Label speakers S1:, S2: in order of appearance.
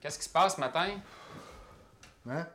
S1: Qu'est-ce qui se passe ce matin?
S2: Hein?